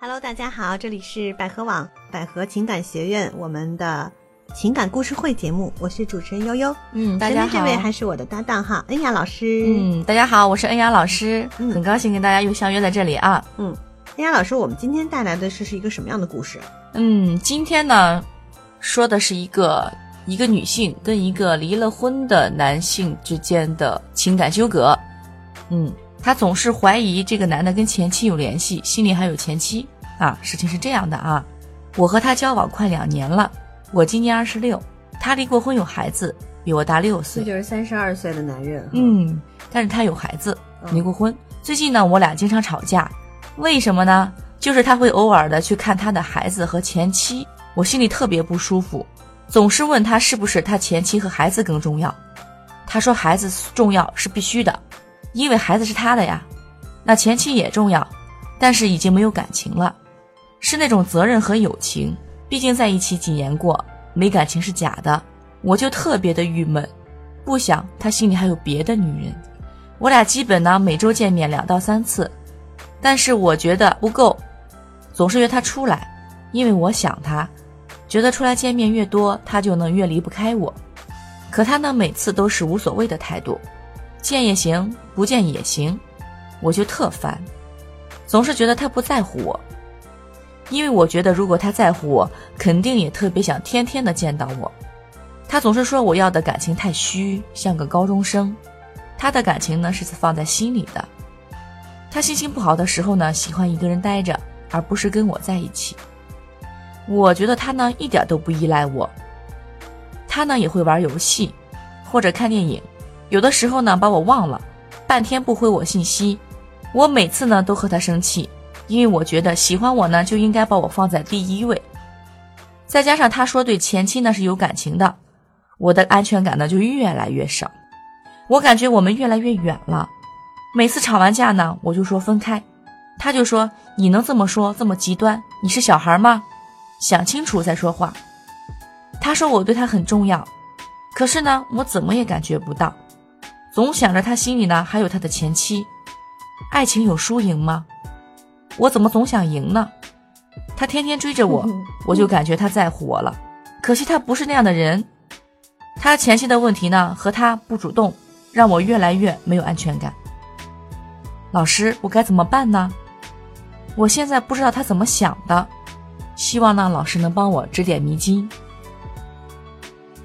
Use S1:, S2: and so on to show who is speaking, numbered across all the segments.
S1: Hello，大家好，这里是百合网百合情感学院我们的情感故事会节目，我是主持人悠悠。
S2: 嗯，大
S1: 身
S2: 家
S1: 边
S2: 好。
S1: 这位还是我的搭档哈，恩雅老师。
S2: 嗯，大家好，我是恩雅老师，
S1: 嗯
S2: 很高兴跟大家又相约在这里啊。
S1: 恩雅老师，我们今天带来的是是一个什么样的故事？
S2: 嗯，今天呢，说的是一个一个女性跟一个离了婚的男性之间的情感纠葛。嗯，她总是怀疑这个男的跟前妻有联系，心里还有前妻啊。事情是这样的啊，我和他交往快两年了，我今年二十六，他离过婚有孩子，比我大六岁。
S1: 是三十二岁的男人。
S2: 嗯，但是他有孩子，
S1: 嗯
S2: 离过婚。最近呢，我俩经常吵架，为什么呢？就是他会偶尔的去看他的孩子和前妻，我心里特别不舒服，总是问他是不是他前妻和孩子更重要。他说孩子重要是必须的，因为孩子是他的呀，那前妻也重要，但是已经没有感情了，是那种责任和友情。毕竟在一起几年过，没感情是假的，我就特别的郁闷。不想他心里还有别的女人。我俩基本呢每周见面两到三次，但是我觉得不够，总是约他出来，因为我想他，觉得出来见面越多，他就能越离不开我。可他呢每次都是无所谓的态度，见也行，不见也行，我就特烦，总是觉得他不在乎我。因为我觉得，如果他在乎我，肯定也特别想天天的见到我。他总是说我要的感情太虚，像个高中生。他的感情呢是放在心里的。他心情不好的时候呢，喜欢一个人待着，而不是跟我在一起。我觉得他呢一点都不依赖我。他呢也会玩游戏，或者看电影，有的时候呢把我忘了，半天不回我信息。我每次呢都和他生气，因为我觉得喜欢我呢就应该把我放在第一位。再加上他说对前妻呢是有感情的，我的安全感呢就越来越少。我感觉我们越来越远了。每次吵完架呢，我就说分开，他就说你能这么说这么极端，你是小孩吗？想清楚再说话。他说我对他很重要，可是呢，我怎么也感觉不到，总想着他心里呢还有他的前妻。爱情有输赢吗？我怎么总想赢呢？他天天追着我，我就感觉他在乎我了。可惜他不是那样的人，他前妻的问题呢和他不主动，让我越来越没有安全感。老师，我该怎么办呢？我现在不知道他怎么想的，希望呢老师能帮我指点迷津。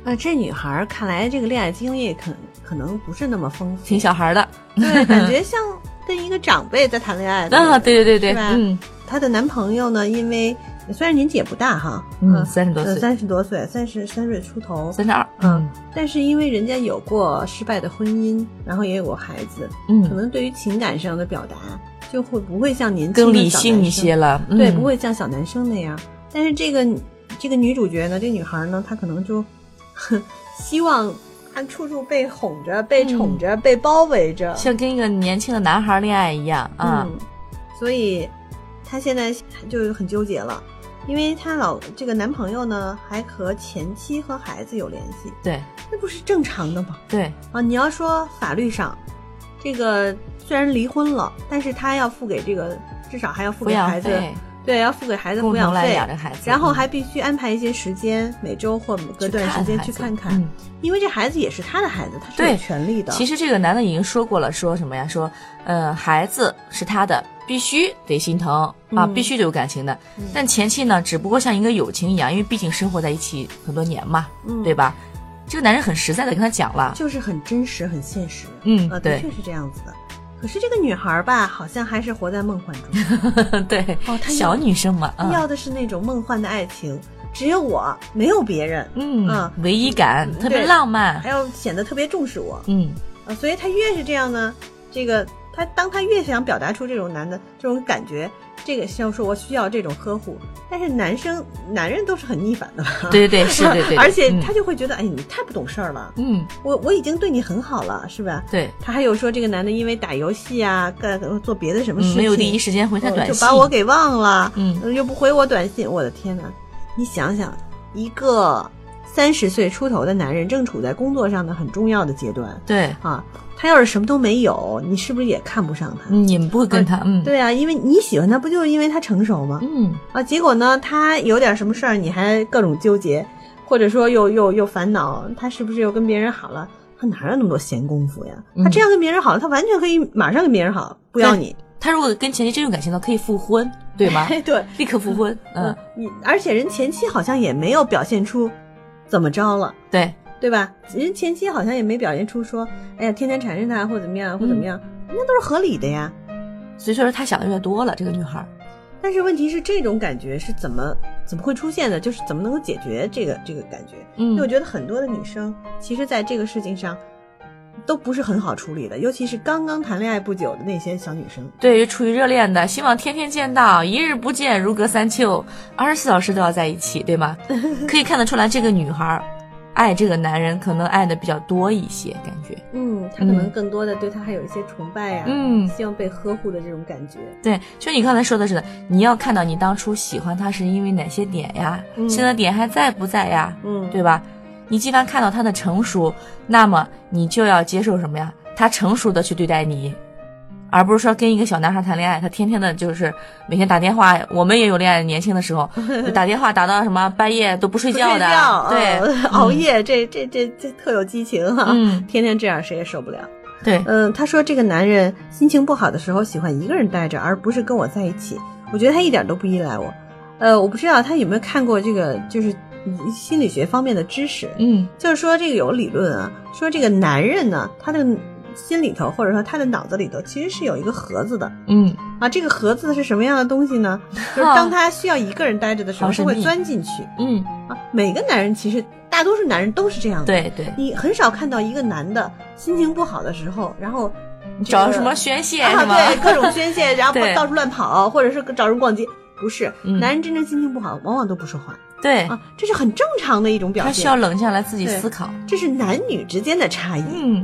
S1: 呃，这女孩儿看来这个恋爱经历可可能不是那么丰富，
S2: 挺小孩的，
S1: 对，感觉像跟一个长辈在谈恋爱的。
S2: 啊，对对对
S1: 是
S2: 对，
S1: 吧
S2: 嗯
S1: 她的男朋友呢，因为虽然年纪也不大哈，
S2: 嗯，三十多岁，
S1: 三十多岁，三十三岁出头，
S2: 三十二，
S1: 嗯，但是因为人家有过失败的婚姻，然后也有过孩子，可
S2: 嗯，
S1: 能对于情感上的表达就会不会像年轻
S2: 更
S1: 的
S2: 理
S1: 小
S2: 性
S1: 男
S2: 一
S1: 生
S2: 些，了，嗯
S1: 对，不，会像小男生那样。但是这个这个女主角呢，这女孩呢，她可能就 哼希望她处处被哄着、被宠着、被包围着，
S2: 嗯像跟一个年轻的男孩恋爱一样啊，
S1: 嗯，所以她现在就很纠结了。因为她老这个男朋友呢，还和前妻和孩子有联系，
S2: 对
S1: 那不是正常的吗？
S2: 对，
S1: 啊，你要说法律上，这个虽然离婚了，但但是他要付给这个，至少还要付
S2: 抚
S1: 给
S2: 养
S1: 孩子，
S2: 费，
S1: 对，要付给孩子
S2: 共
S1: 抚养
S2: 同来
S1: 费，
S2: 养着孩子，
S1: 然后
S2: 嗯
S1: 还必须安排一些时间，每周或隔
S2: 去
S1: 段时间去
S2: 孩
S1: 看
S2: 子
S1: 看，
S2: 嗯
S1: 因为这孩子也是他的孩子，他是有
S2: 对
S1: 权利的。
S2: 其实这个男的已经说过了，说什么呀？说，呃，孩子是他的，必须得心疼啊，
S1: 嗯
S2: 必须得有感情的。
S1: 嗯
S2: 但前妻呢，只不过像一个友情一样，因为毕竟生活在一起很多年嘛，
S1: 嗯
S2: 对吧？这个男人很实在的跟他讲了，
S1: 就是很真实、很现实，
S2: 嗯
S1: 呃，，的
S2: 对
S1: 确是这样子的。可是这个女孩儿吧，好像还是活在梦幻中，
S2: 对，
S1: 哦他要
S2: 小女生嘛，嗯
S1: 要的是那种梦幻的爱情，只有我，没有别人，
S2: 嗯
S1: 嗯，
S2: 唯一感特别
S1: 对哎
S2: 浪漫
S1: 还，要显得特别重视我。
S2: 嗯，
S1: 啊，所以他越是这样呢，这个他当他越想表达出这种男的这种感觉，这个像说我需要这种呵护，但是男生男人都是很逆反的吧？
S2: 对对对是， 对对，
S1: 而且
S2: 嗯
S1: 他就会觉得，哎，你太不懂事儿了，
S2: 嗯，
S1: 我我已经对你很好了，是吧？
S2: 对，
S1: 他还有说这个男的因为打游戏啊，干做别的什么事
S2: 嗯
S1: 情，
S2: 没有第一时间回他
S1: 哦
S2: 短
S1: 就
S2: 信，
S1: 把我给忘了，
S2: 嗯
S1: 呃，又不回我短信，我的天哪！你想想，一个三十岁出头的男人正处在工作上的很重要的阶段
S2: 对，
S1: 啊，他要是什么都没有，你是不是也看不上他？
S2: 你们不会跟他，嗯，
S1: 对啊，因为你喜欢他，不就是因为他成熟吗？
S2: 嗯，
S1: 啊，结果呢，他有点什么事儿，你还各种纠结，或者说又又又烦恼，他是不是又跟别人好了？他哪有那么多闲工夫呀？
S2: 嗯
S1: 他这样跟别人好了，他完全可以马上跟别人好，不要你。
S2: 他如果跟前妻真有感情的，可以复婚，对吗？
S1: 哎，对，
S2: 立刻复婚，嗯
S1: 嗯，，你而且人前妻好像也没有表现出怎么着了，
S2: 对，
S1: 对吧？人前妻好像也没表现出说，哎呀，天天缠着他或怎么样或
S2: 嗯
S1: 怎么样，那都是合理的呀。
S2: 所以说他想的有点多了，这个女孩儿，
S1: 但是问题是，这种感觉是怎么怎么会出现的？就是怎么能够解决这个这个感觉？
S2: 嗯
S1: 因为我觉得很多的女生，其实在这个事情上都不是很好处理的，尤其是刚刚谈恋爱不久的那些小女生。
S2: 对于处于热恋的，希望天天见到，一日不见如隔三秋，二十四小时都要在一起，对吗？可以看得出来，这个女孩儿爱这个男人，可能爱的比较多一些，感觉。
S1: 嗯，她
S2: 可能
S1: 更多的对她还有一些崇拜呀、
S2: 嗯，
S1: 希望被呵护的这种感觉。
S2: 对，就你刚才说的是的，你要看到你当初喜欢他是因为哪些点呀，
S1: 嗯
S2: 现在点还在不在呀，
S1: 嗯，
S2: 对吧？你既然看到他的成熟，那么你就要接受什么呀？他成熟的去对待你，而不是说跟一个小男孩谈恋爱，他天天的就是每天打电话。我们也有恋爱，年轻的 时候就打电话打到什么半夜都不睡
S1: 不
S2: 觉
S1: 睡
S2: 的，
S1: 觉，
S2: 对、
S1: 嗯熬夜，这这这这特有激情哈、
S2: 嗯
S1: 天天这样谁也受不了。
S2: 对，
S1: 嗯，他说这个男人心情不好的时候喜欢一个人待着，而不是跟我在一起。我觉得他一点都不依赖我。呃，我不知道他有没有看过这个，就是嗯心理学方面的知识。
S2: 嗯
S1: 就是说，这个有理论啊，说这个男人呢，他的心里头或者说他的脑子里头其实是有一个盒子的
S2: 嗯，
S1: 啊。这个盒子是什么样的东西 呢？就是当他需要一个人待着的时候，
S2: 好
S1: 他
S2: 神
S1: 会
S2: 秘
S1: 钻进去
S2: 嗯，
S1: 啊。每个男人其实，大多数男人都是这样的。
S2: 对对，
S1: 你很少看到一个男的心情不好的时候，然后这个
S2: 找什么宣泄
S1: 啊，
S2: 是吗？
S1: 对，各种宣泄，然后
S2: 对
S1: 到处乱跑，或者是找人逛街。不是，
S2: 嗯
S1: 男人真正心情不好，往往都不说话
S2: 对，
S1: 啊，这是很正常的一种表
S2: 他需要
S1: 现。
S2: 冷下来自己
S1: 对
S2: 思考。
S1: 这是男女之间的差异。
S2: 嗯，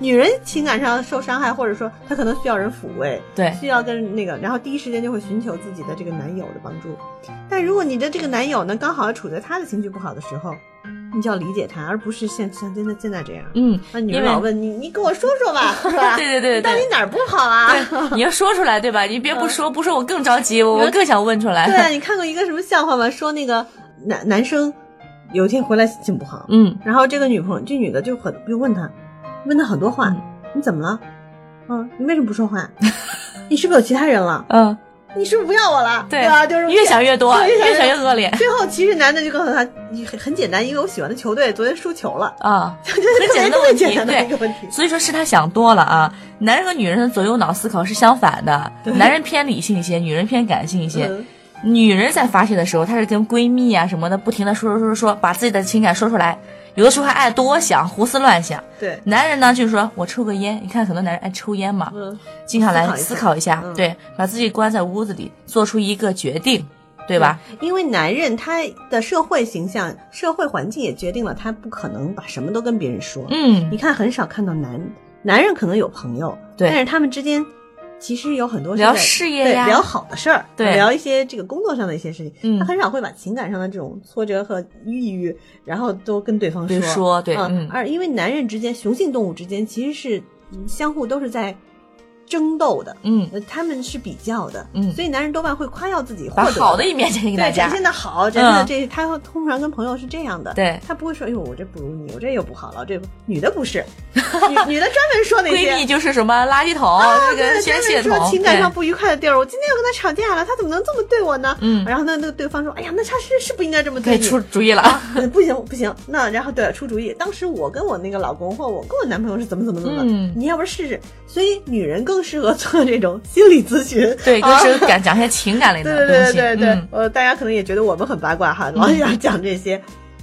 S1: 女人情感上受伤害，或者说她可能需要人抚慰，
S2: 对，
S1: 需要跟那个，然后第一时间就会寻求自己的这个男友的帮助。但如果你的这个男友呢，刚好处在他的情绪不好的时候，你就要理解他，而不是现像现在现在这样。
S2: 嗯，
S1: 那女
S2: 因
S1: 人
S2: 为
S1: 老问你，你跟我说说吧，是吧？
S2: 对对对对
S1: 你到底哪儿不好啊？
S2: 你要说出来对吧？你别不说，不说我更着急，我我更想问出来。
S1: 嗯 对 啊，你看过一个什么笑话吗？说那个男男生有一天回来心情不好，
S2: 嗯，
S1: 然后这个女朋友这女的就很就问他，问他很多话，
S2: 嗯
S1: 你怎么了？嗯，你为什么不说话？ 你是不是有其他人了？
S2: 嗯，
S1: 你是不是不要我了？
S2: 对啊
S1: 吧？就是
S2: 越想越多，
S1: 对
S2: 越
S1: 越想
S2: 想
S1: 越
S2: 越恶劣
S1: 最后，其实男的就告诉他，你很很简单，因为我喜欢的球队昨天输球了，
S2: 啊。
S1: 很
S2: 简单的问题
S1: 简单的一个问题。
S2: 所以说是他想多了啊。男人和女人的左右脑思考是相反的，男人偏理性一些，女人偏感性一些。
S1: 嗯
S2: 女人在发泄的时候，她是跟闺蜜啊什么的不停的说说说说，把自己的情感说出来，有的时候还爱多想、胡思乱想。
S1: 对，
S2: 男人呢，就是说我抽个烟，你看很多男人爱抽烟嘛，
S1: 嗯，
S2: 静下来
S1: 思
S2: 思
S1: 考
S2: 考一下，
S1: 嗯
S2: 对，把自己关在屋子里，做出一个决定，对吧？
S1: 因为男人他的社会形象、社会环境也决定了他不可能把什么都跟别人说。
S2: 嗯，
S1: 你看，很少看到男男人可能有朋友，
S2: 对
S1: 但是他们之间其实有很多是
S2: 聊
S1: 在
S2: 事业
S1: 对
S2: 呀，
S1: 聊好的事儿，
S2: 对
S1: 聊一些这个工作上的一些事情，
S2: 嗯
S1: 他很少会把情感上的这种挫折和抑郁，然后都跟对方
S2: 对
S1: 说。
S2: 说对，
S1: 嗯
S2: 嗯，
S1: 而因为男人之间，雄性动物之间其实是嗯相互都是在争斗的，
S2: 嗯，
S1: 呃他们是比较的，
S2: 嗯
S1: 所以男人多半会夸耀自己，
S2: 把
S1: 获得
S2: 好的一面 展现给大
S1: 对
S2: 家
S1: 展，现的好，展现的
S2: 嗯
S1: 这，他通常跟朋友是这样的，
S2: 对
S1: 他不会说，哎呦，我这不如你，我这又不好了，这女的不 是，女女的专门说那
S2: 闺
S1: 些
S2: 蜜。就是什么垃圾桶，那
S1: 啊对
S2: 个
S1: 对
S2: 宣
S1: 专
S2: 泄
S1: 门
S2: 桶
S1: 说，情感
S2: 对
S1: 上不愉快的地儿，我今天又跟他吵架了，他怎么能这么对我呢？
S2: 嗯
S1: 然后呢，那个对方说，哎呀，那他是是不应该这么
S2: 对
S1: 对你。
S2: 出主意了啊，
S1: 嗯不行不行，那然后对出主意，当时我跟我那个老公或我跟我男朋友是怎么怎么怎么，
S2: 嗯
S1: 你要不试试？所以女人更适合做这种心理咨询，
S2: 对，更
S1: 啊
S2: 是讲讲一些情感类
S1: 对对
S2: 的东
S1: 对
S2: 西，
S1: 对对，
S2: 嗯
S1: 呃，大家可能也觉得我们很八卦哈，老想讲这些。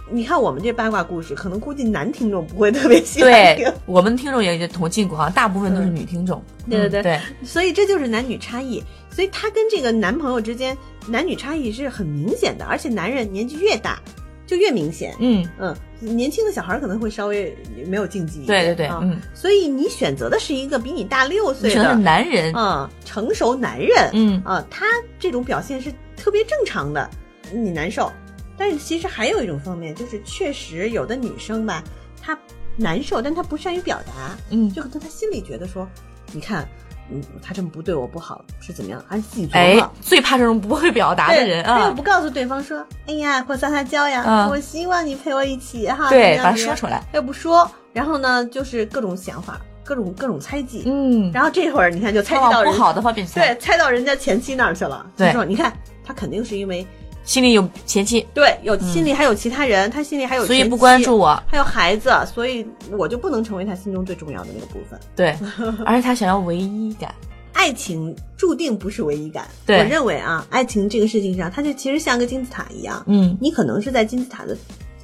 S1: 你看我们这八卦故事，可能估计男听众不会特别喜欢听
S2: 对，，我们听众也也同进过啊，大部分都是女听众，
S1: 对对对
S2: 嗯对，
S1: 所以这就是男女差异。所以她跟这个男朋友之间男女差异是很明显的，而且男人年纪越大就越明显。
S2: 嗯，
S1: 嗯，年轻的小孩儿可能会稍微没有竞技一点，
S2: 对对对，
S1: 啊
S2: 嗯，
S1: 所以你选择的是一个比你大六
S2: 你
S1: 岁
S2: 选的是
S1: 的，
S2: 男人，
S1: 嗯，成熟男人，
S2: 嗯，
S1: 啊，他这种表现是特别正常的，你难受，但是其实还有一种方面，就是确实有的女生吧，她难受，但她不善于表达，
S2: 嗯，
S1: 就可能她心里觉得说，你看，嗯，她这么不对我不好是怎么样，按自己琢
S2: 哎
S1: 磨。，
S2: 最怕这种不会表达的
S1: 对
S2: 人
S1: 她又
S2: 啊
S1: 不，告诉对方说，哎呀，我撒撒娇呀，
S2: 嗯
S1: 我希望你陪我一起哈，怎么
S2: 对，
S1: 样
S2: 把
S1: 怎么
S2: 它说
S1: 样
S2: 出来，
S1: 她又不说，然后呢，就是各种想法，各种各种猜忌，
S2: 嗯，
S1: 然后这会儿你看就猜
S2: 再
S1: 忌到
S2: 往不
S1: 人
S2: 好的方面去猜，
S1: 对，猜到人家前妻那儿去了。
S2: 对
S1: 就说你看他肯定是因为
S2: 心里有前妻，
S1: 对有心里还有其他人，他心里还有
S2: 嗯所以
S1: 前妻
S2: 不关注，我。
S1: 还有孩子，所以我就不能成为他心中最重要的那个部分。
S2: 对， 而且他想要唯一感。
S1: 爱情注定不是唯一感，
S2: 对
S1: 我认为啊，爱情这个事情上，它就其实像个金字塔一样，
S2: 嗯，
S1: 你可能是在金字塔的。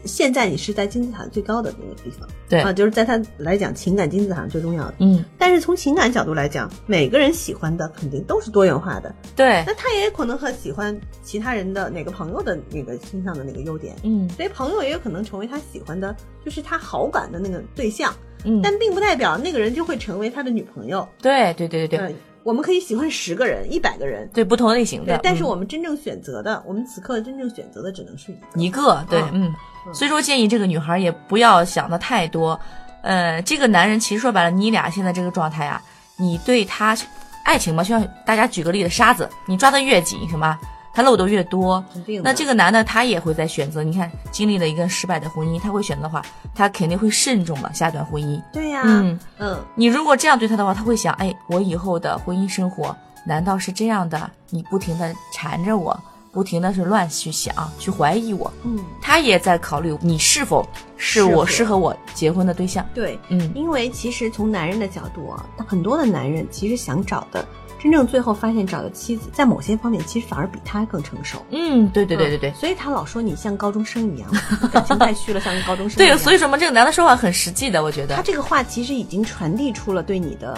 S1: 现在你是在金字塔最高的那个地方，
S2: 对
S1: 啊，就是在他来讲，情感金字塔上最重要的。
S2: 嗯，
S1: 但是从情感角度来讲，每个人喜欢的肯定都是多元化的，
S2: 对，
S1: 那他也可能很喜欢其他人的哪个朋友的那个身上的那个优点，
S2: 嗯
S1: 所以朋友也有可能成为他喜欢的，就是他好感的那个对象，
S2: 嗯，
S1: 但并不代表那个人就会成为他的女朋友。
S2: 对对对对对
S1: 嗯，我们可以喜欢十个人、一百个人，
S2: 对，不同类型的
S1: 对，，但是
S2: 嗯
S1: 我们真正选择的，我们此刻真正选择的只能是一个。
S2: 一个对
S1: 啊，
S2: 嗯，
S1: 嗯
S2: 所以说建议这个女孩也不要想的太多。呃，这个男人其实说白了，你俩现在这个状态啊，你对他爱情嘛，就像大家举个例子，沙子，你抓的越紧，什么，他漏的越多。
S1: 肯定的，
S2: 那这个男的他也会在选择，你看经历了一个失败的婚姻，他会选择的话，他肯定会慎重了下一段婚姻。
S1: 对呀、
S2: 嗯，
S1: 嗯
S2: 你如果这样对他的话，他会想，哎，我以后的婚姻生活难道是这样的？你不停的缠着我，不停的是乱去想，去怀疑我。
S1: 嗯，
S2: 他也在考虑你是否是我
S1: 适
S2: 适合我结婚的对象。
S1: 对，
S2: 嗯，
S1: 因为其实从男人的角度啊，很多的男人其实想找的，真正最后发现找的妻子，在某些方面其实反而比他更成熟。
S2: 嗯，对对对对对。
S1: 所以他老说你像高中生一 样，感情太虚了，像个高中生一样。
S2: 对，所以说嘛，这个男的说话很实际的，我觉
S1: 他
S2: 得
S1: 这个话其实已经传递出了对你的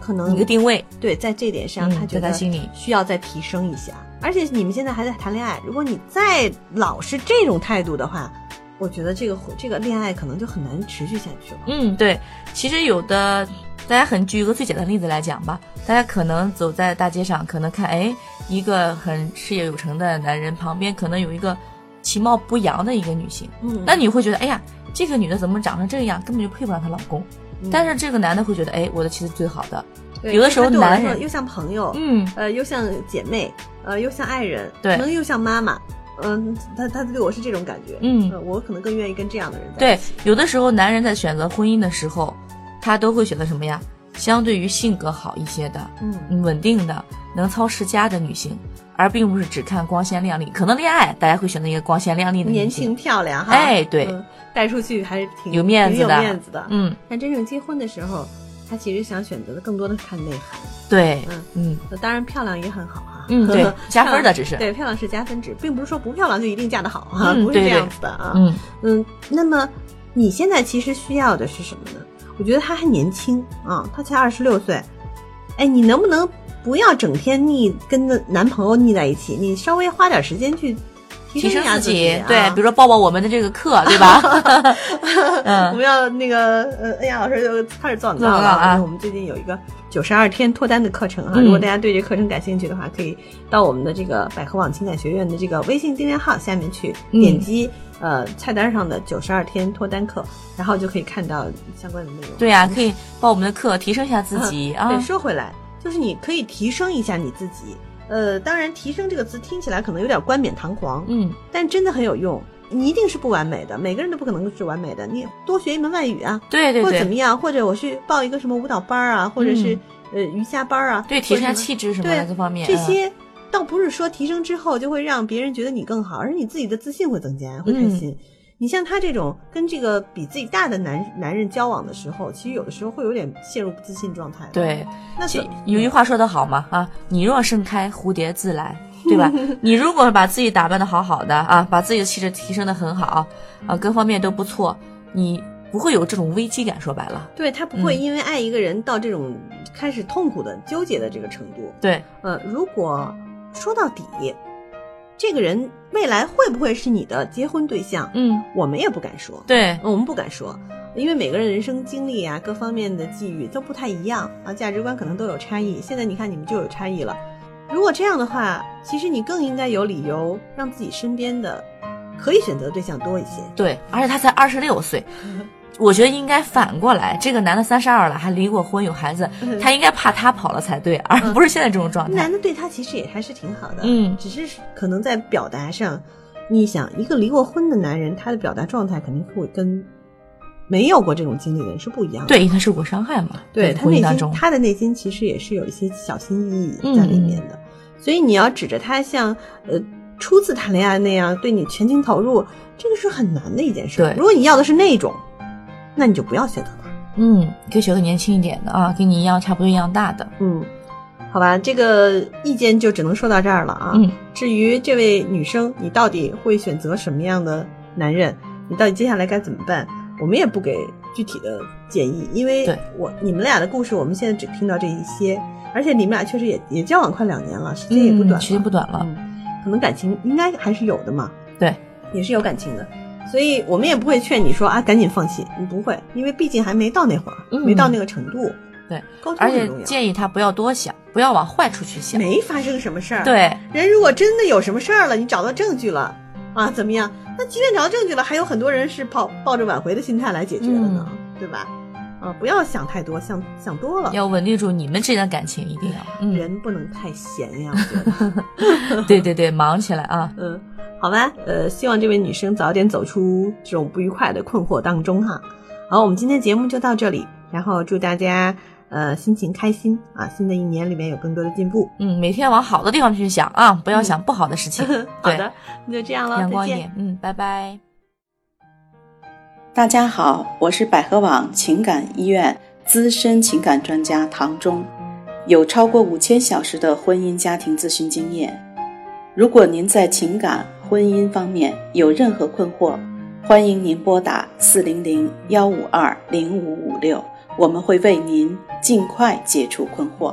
S1: 可能
S2: 一个定位，
S1: 对，在这点上、
S2: 嗯
S1: 他觉
S2: 在
S1: 得
S2: 他心里
S1: 需要再提升一下。而且你们现在还在谈恋爱，如果你再老是这种态度的话，我觉得这个这个恋爱可能就很难持续下去了。
S2: 嗯，对。其实有的，大家很举一个最简单的例子来讲吧，大家可能走在大街上，可能看，哎，一个很事业有成的男人旁边，可能有一个其貌不扬的一个女性，
S1: 嗯
S2: 那你会觉得，哎呀，这个女的怎么长成这样，根本就配不上她老公。
S1: 嗯
S2: 但是这个男的会觉得，哎，我的妻子最好的，
S1: 对
S2: 有的时候
S1: 他对我来
S2: 男人
S1: 说又像朋友，
S2: 嗯，
S1: 呃，又像姐妹，呃，又像爱人，
S2: 对
S1: 可能又像妈妈。嗯，他他对我是这种感觉，
S2: 嗯
S1: 呃我可能更愿意跟这样的人在一
S2: 对
S1: 起。，
S2: 有的时候男人在选择婚姻的时候，他都会选择什么呀？相对于性格好一些的、
S1: 嗯，
S2: 嗯稳定的、能操持家的女性，而并不是只看光鲜亮丽。可能恋爱大家会选择一个光鲜亮丽的女
S1: 年
S2: 性，
S1: 轻漂亮哈，
S2: 嗯哎对
S1: 嗯带出去还是挺
S2: 有面子
S1: 挺
S2: 的
S1: 有面子的。
S2: 嗯，
S1: 但真正结婚的时候，他其实想选择的更多的是看内涵。
S2: 对，
S1: 嗯
S2: 嗯
S1: 呃当然，漂亮也很好啊，
S2: 嗯对加分
S1: 漂
S2: 的
S1: 亮
S2: 只是
S1: 对漂亮是加分值，并不是说不漂亮就一定嫁得好啊，
S2: 嗯
S1: 不是
S2: 对
S1: 这
S2: 对
S1: 样子的啊。
S2: 嗯，
S1: 嗯，那么你现在其实需要的是什么呢？我觉得他还年轻啊，他才二十六岁。哎，你能不能不要整天腻跟着男朋友腻在一起？你稍微花点时间去提
S2: 提
S1: 升
S2: 升
S1: 一下
S2: 自
S1: 己啊，
S2: 对，比如说报报我们的这个课， 对吧？
S1: 我
S2: 嗯，
S1: 们要那个呃，恩雅老师就开始做广告
S2: 做广
S1: 了
S2: 告啊
S1: 因为我们最近有一个九十二天脱单的课程啊，
S2: 嗯
S1: 如果大家对这个课程感兴趣的话，可以到我们的这个百合网情感学院的这个微信订阅号下面去
S2: 嗯
S1: 点击、呃菜单上的九十二天脱单课，然后就可以看到相关的内容。
S2: 对呀、可以报我们的课，提升一下自己啊
S1: 嗯对，。说回来，就是你可以提升一下你自己。呃，当然，提升这个词听起来可能有点冠冕堂皇，
S2: 嗯，
S1: 但真的很有用。你一定是不完美的，每个人都不可能是完美的。你多学一门外语啊，
S2: 对对
S1: 或者怎么
S2: 对，
S1: 样，或者我去报一个什么舞蹈班儿啊，或者是
S2: 嗯、
S1: 呃瑜伽班儿啊，
S2: 对，提升一下
S1: 或者什
S2: 气质什么
S1: 对
S2: 的各方面
S1: 么。这
S2: 嗯
S1: 些倒不是说提升之后就会让别人觉得你更好，而是你自己的自信会增加，会开
S2: 嗯
S1: 心。你像他这种跟这个比自己大的男男人交往的时候，其实有的时候会有点陷入不自信状态的。
S2: 对，
S1: 那
S2: 其
S1: 怎
S2: 有句话说得好嘛，啊，你若盛开，蝴蝶自 来，对吧？你如果把自己打扮的好好的啊，把自己的气质提升的很好啊，各方面都不错，你不会有这种危机感。说白了，
S1: 对他不
S2: 嗯
S1: 会因为爱一个人到这种开始痛苦的纠结的这个程度。
S2: 对，
S1: 呃，如果说到底，这个人未来会不会是你的结婚对象，
S2: 嗯，
S1: 我们也不敢说。
S2: 对，
S1: 我们不敢说，因为每个人人生经历啊，各方面的际遇都不太一样啊，价值观可能都有差异。现在你看你们就有差异了，如果这样的话，其实你更应该有理由让自己身边的可以选择的对象多一些。
S2: 对，而且他才二十 六岁，我觉得应该反过来，这个男的三十二了，还离过婚有孩子，
S1: 嗯
S2: 他应该怕他跑了才对，而
S1: 嗯
S2: 不是现在这种状态。
S1: 男的对他其实也还是挺好的，
S2: 嗯
S1: 只是可能在表达上，你想一个离过婚的男人，他的表达状态肯定会跟没有过这种经历的人是不一样的。
S2: 对，因为他受过伤害嘛，
S1: 对
S2: 在
S1: 他
S2: 婚
S1: 内
S2: 姻当
S1: 心，
S2: 中，
S1: 他的内心其实也是有一些小心翼翼在里面
S2: 嗯
S1: 的，所以你要指着他像呃初次谈恋爱那样对你全情投入，这个是很难的一件事。
S2: 对
S1: 如果你要的是那种，那你就不要选择他。
S2: 嗯，可以选个年轻一点的啊，跟你一样差不多一样大的。
S1: 嗯，好吧，这个意见就只能说到这儿了啊。
S2: 嗯，
S1: 至于这位女生，你到底会选择什么样的男人？你到底接下来该怎么办？我们也不给具体的建议，因为
S2: 对
S1: 我你们俩的故事，我们现在只听到这一些，而且你们俩确实也也交往快两年了，时间也不短了，
S2: 嗯，时间不短了。
S1: 嗯，可能感情应该还是有的嘛，
S2: 对，
S1: 也是有感情的，所以我们也不会劝你说啊，赶紧放弃，你不会，因为毕竟还没到那会儿，
S2: 嗯
S1: 没到那个程度，
S2: 对，
S1: 沟通
S2: 而
S1: 很
S2: 且
S1: 重要。
S2: 建议他不要多想，不要往坏处去想。
S1: 没发生什么事儿。，
S2: 对，
S1: 人如果真的有什么事儿了，你找到证据了啊，怎么样？那即便找到证据了，还有很多人是抱抱着挽回的心态来解决的呢，
S2: 嗯
S1: 对吧？啊，不要想太多，想想多了，
S2: 要稳定住你们这段感情，一定要。嗯，
S1: 人不能太闲呀，我觉得。
S2: 对对对，忙起来啊。
S1: 嗯，好吧，呃，希望这位女生早点走出这种不愉快的困惑当中哈。好，我们今天节目就到这里，然后祝大家呃心情开心啊，新的一年里面有更多的进步。
S2: 嗯，每天往好的地方去想啊，不要想不好的事情。
S1: 嗯好
S2: 对，
S1: 的，那就这样了，
S2: 阳
S1: 再
S2: 光一
S1: 见。
S2: 点。嗯，拜拜。
S3: 大家好，我是百合网情感医院资深情感专家唐忠，有超过五千小时的婚姻家庭咨询经验。如果您在情感、婚姻方面有任何困惑，欢迎您拨打四零零幺五二零五五六，我们会为您尽快解除困惑。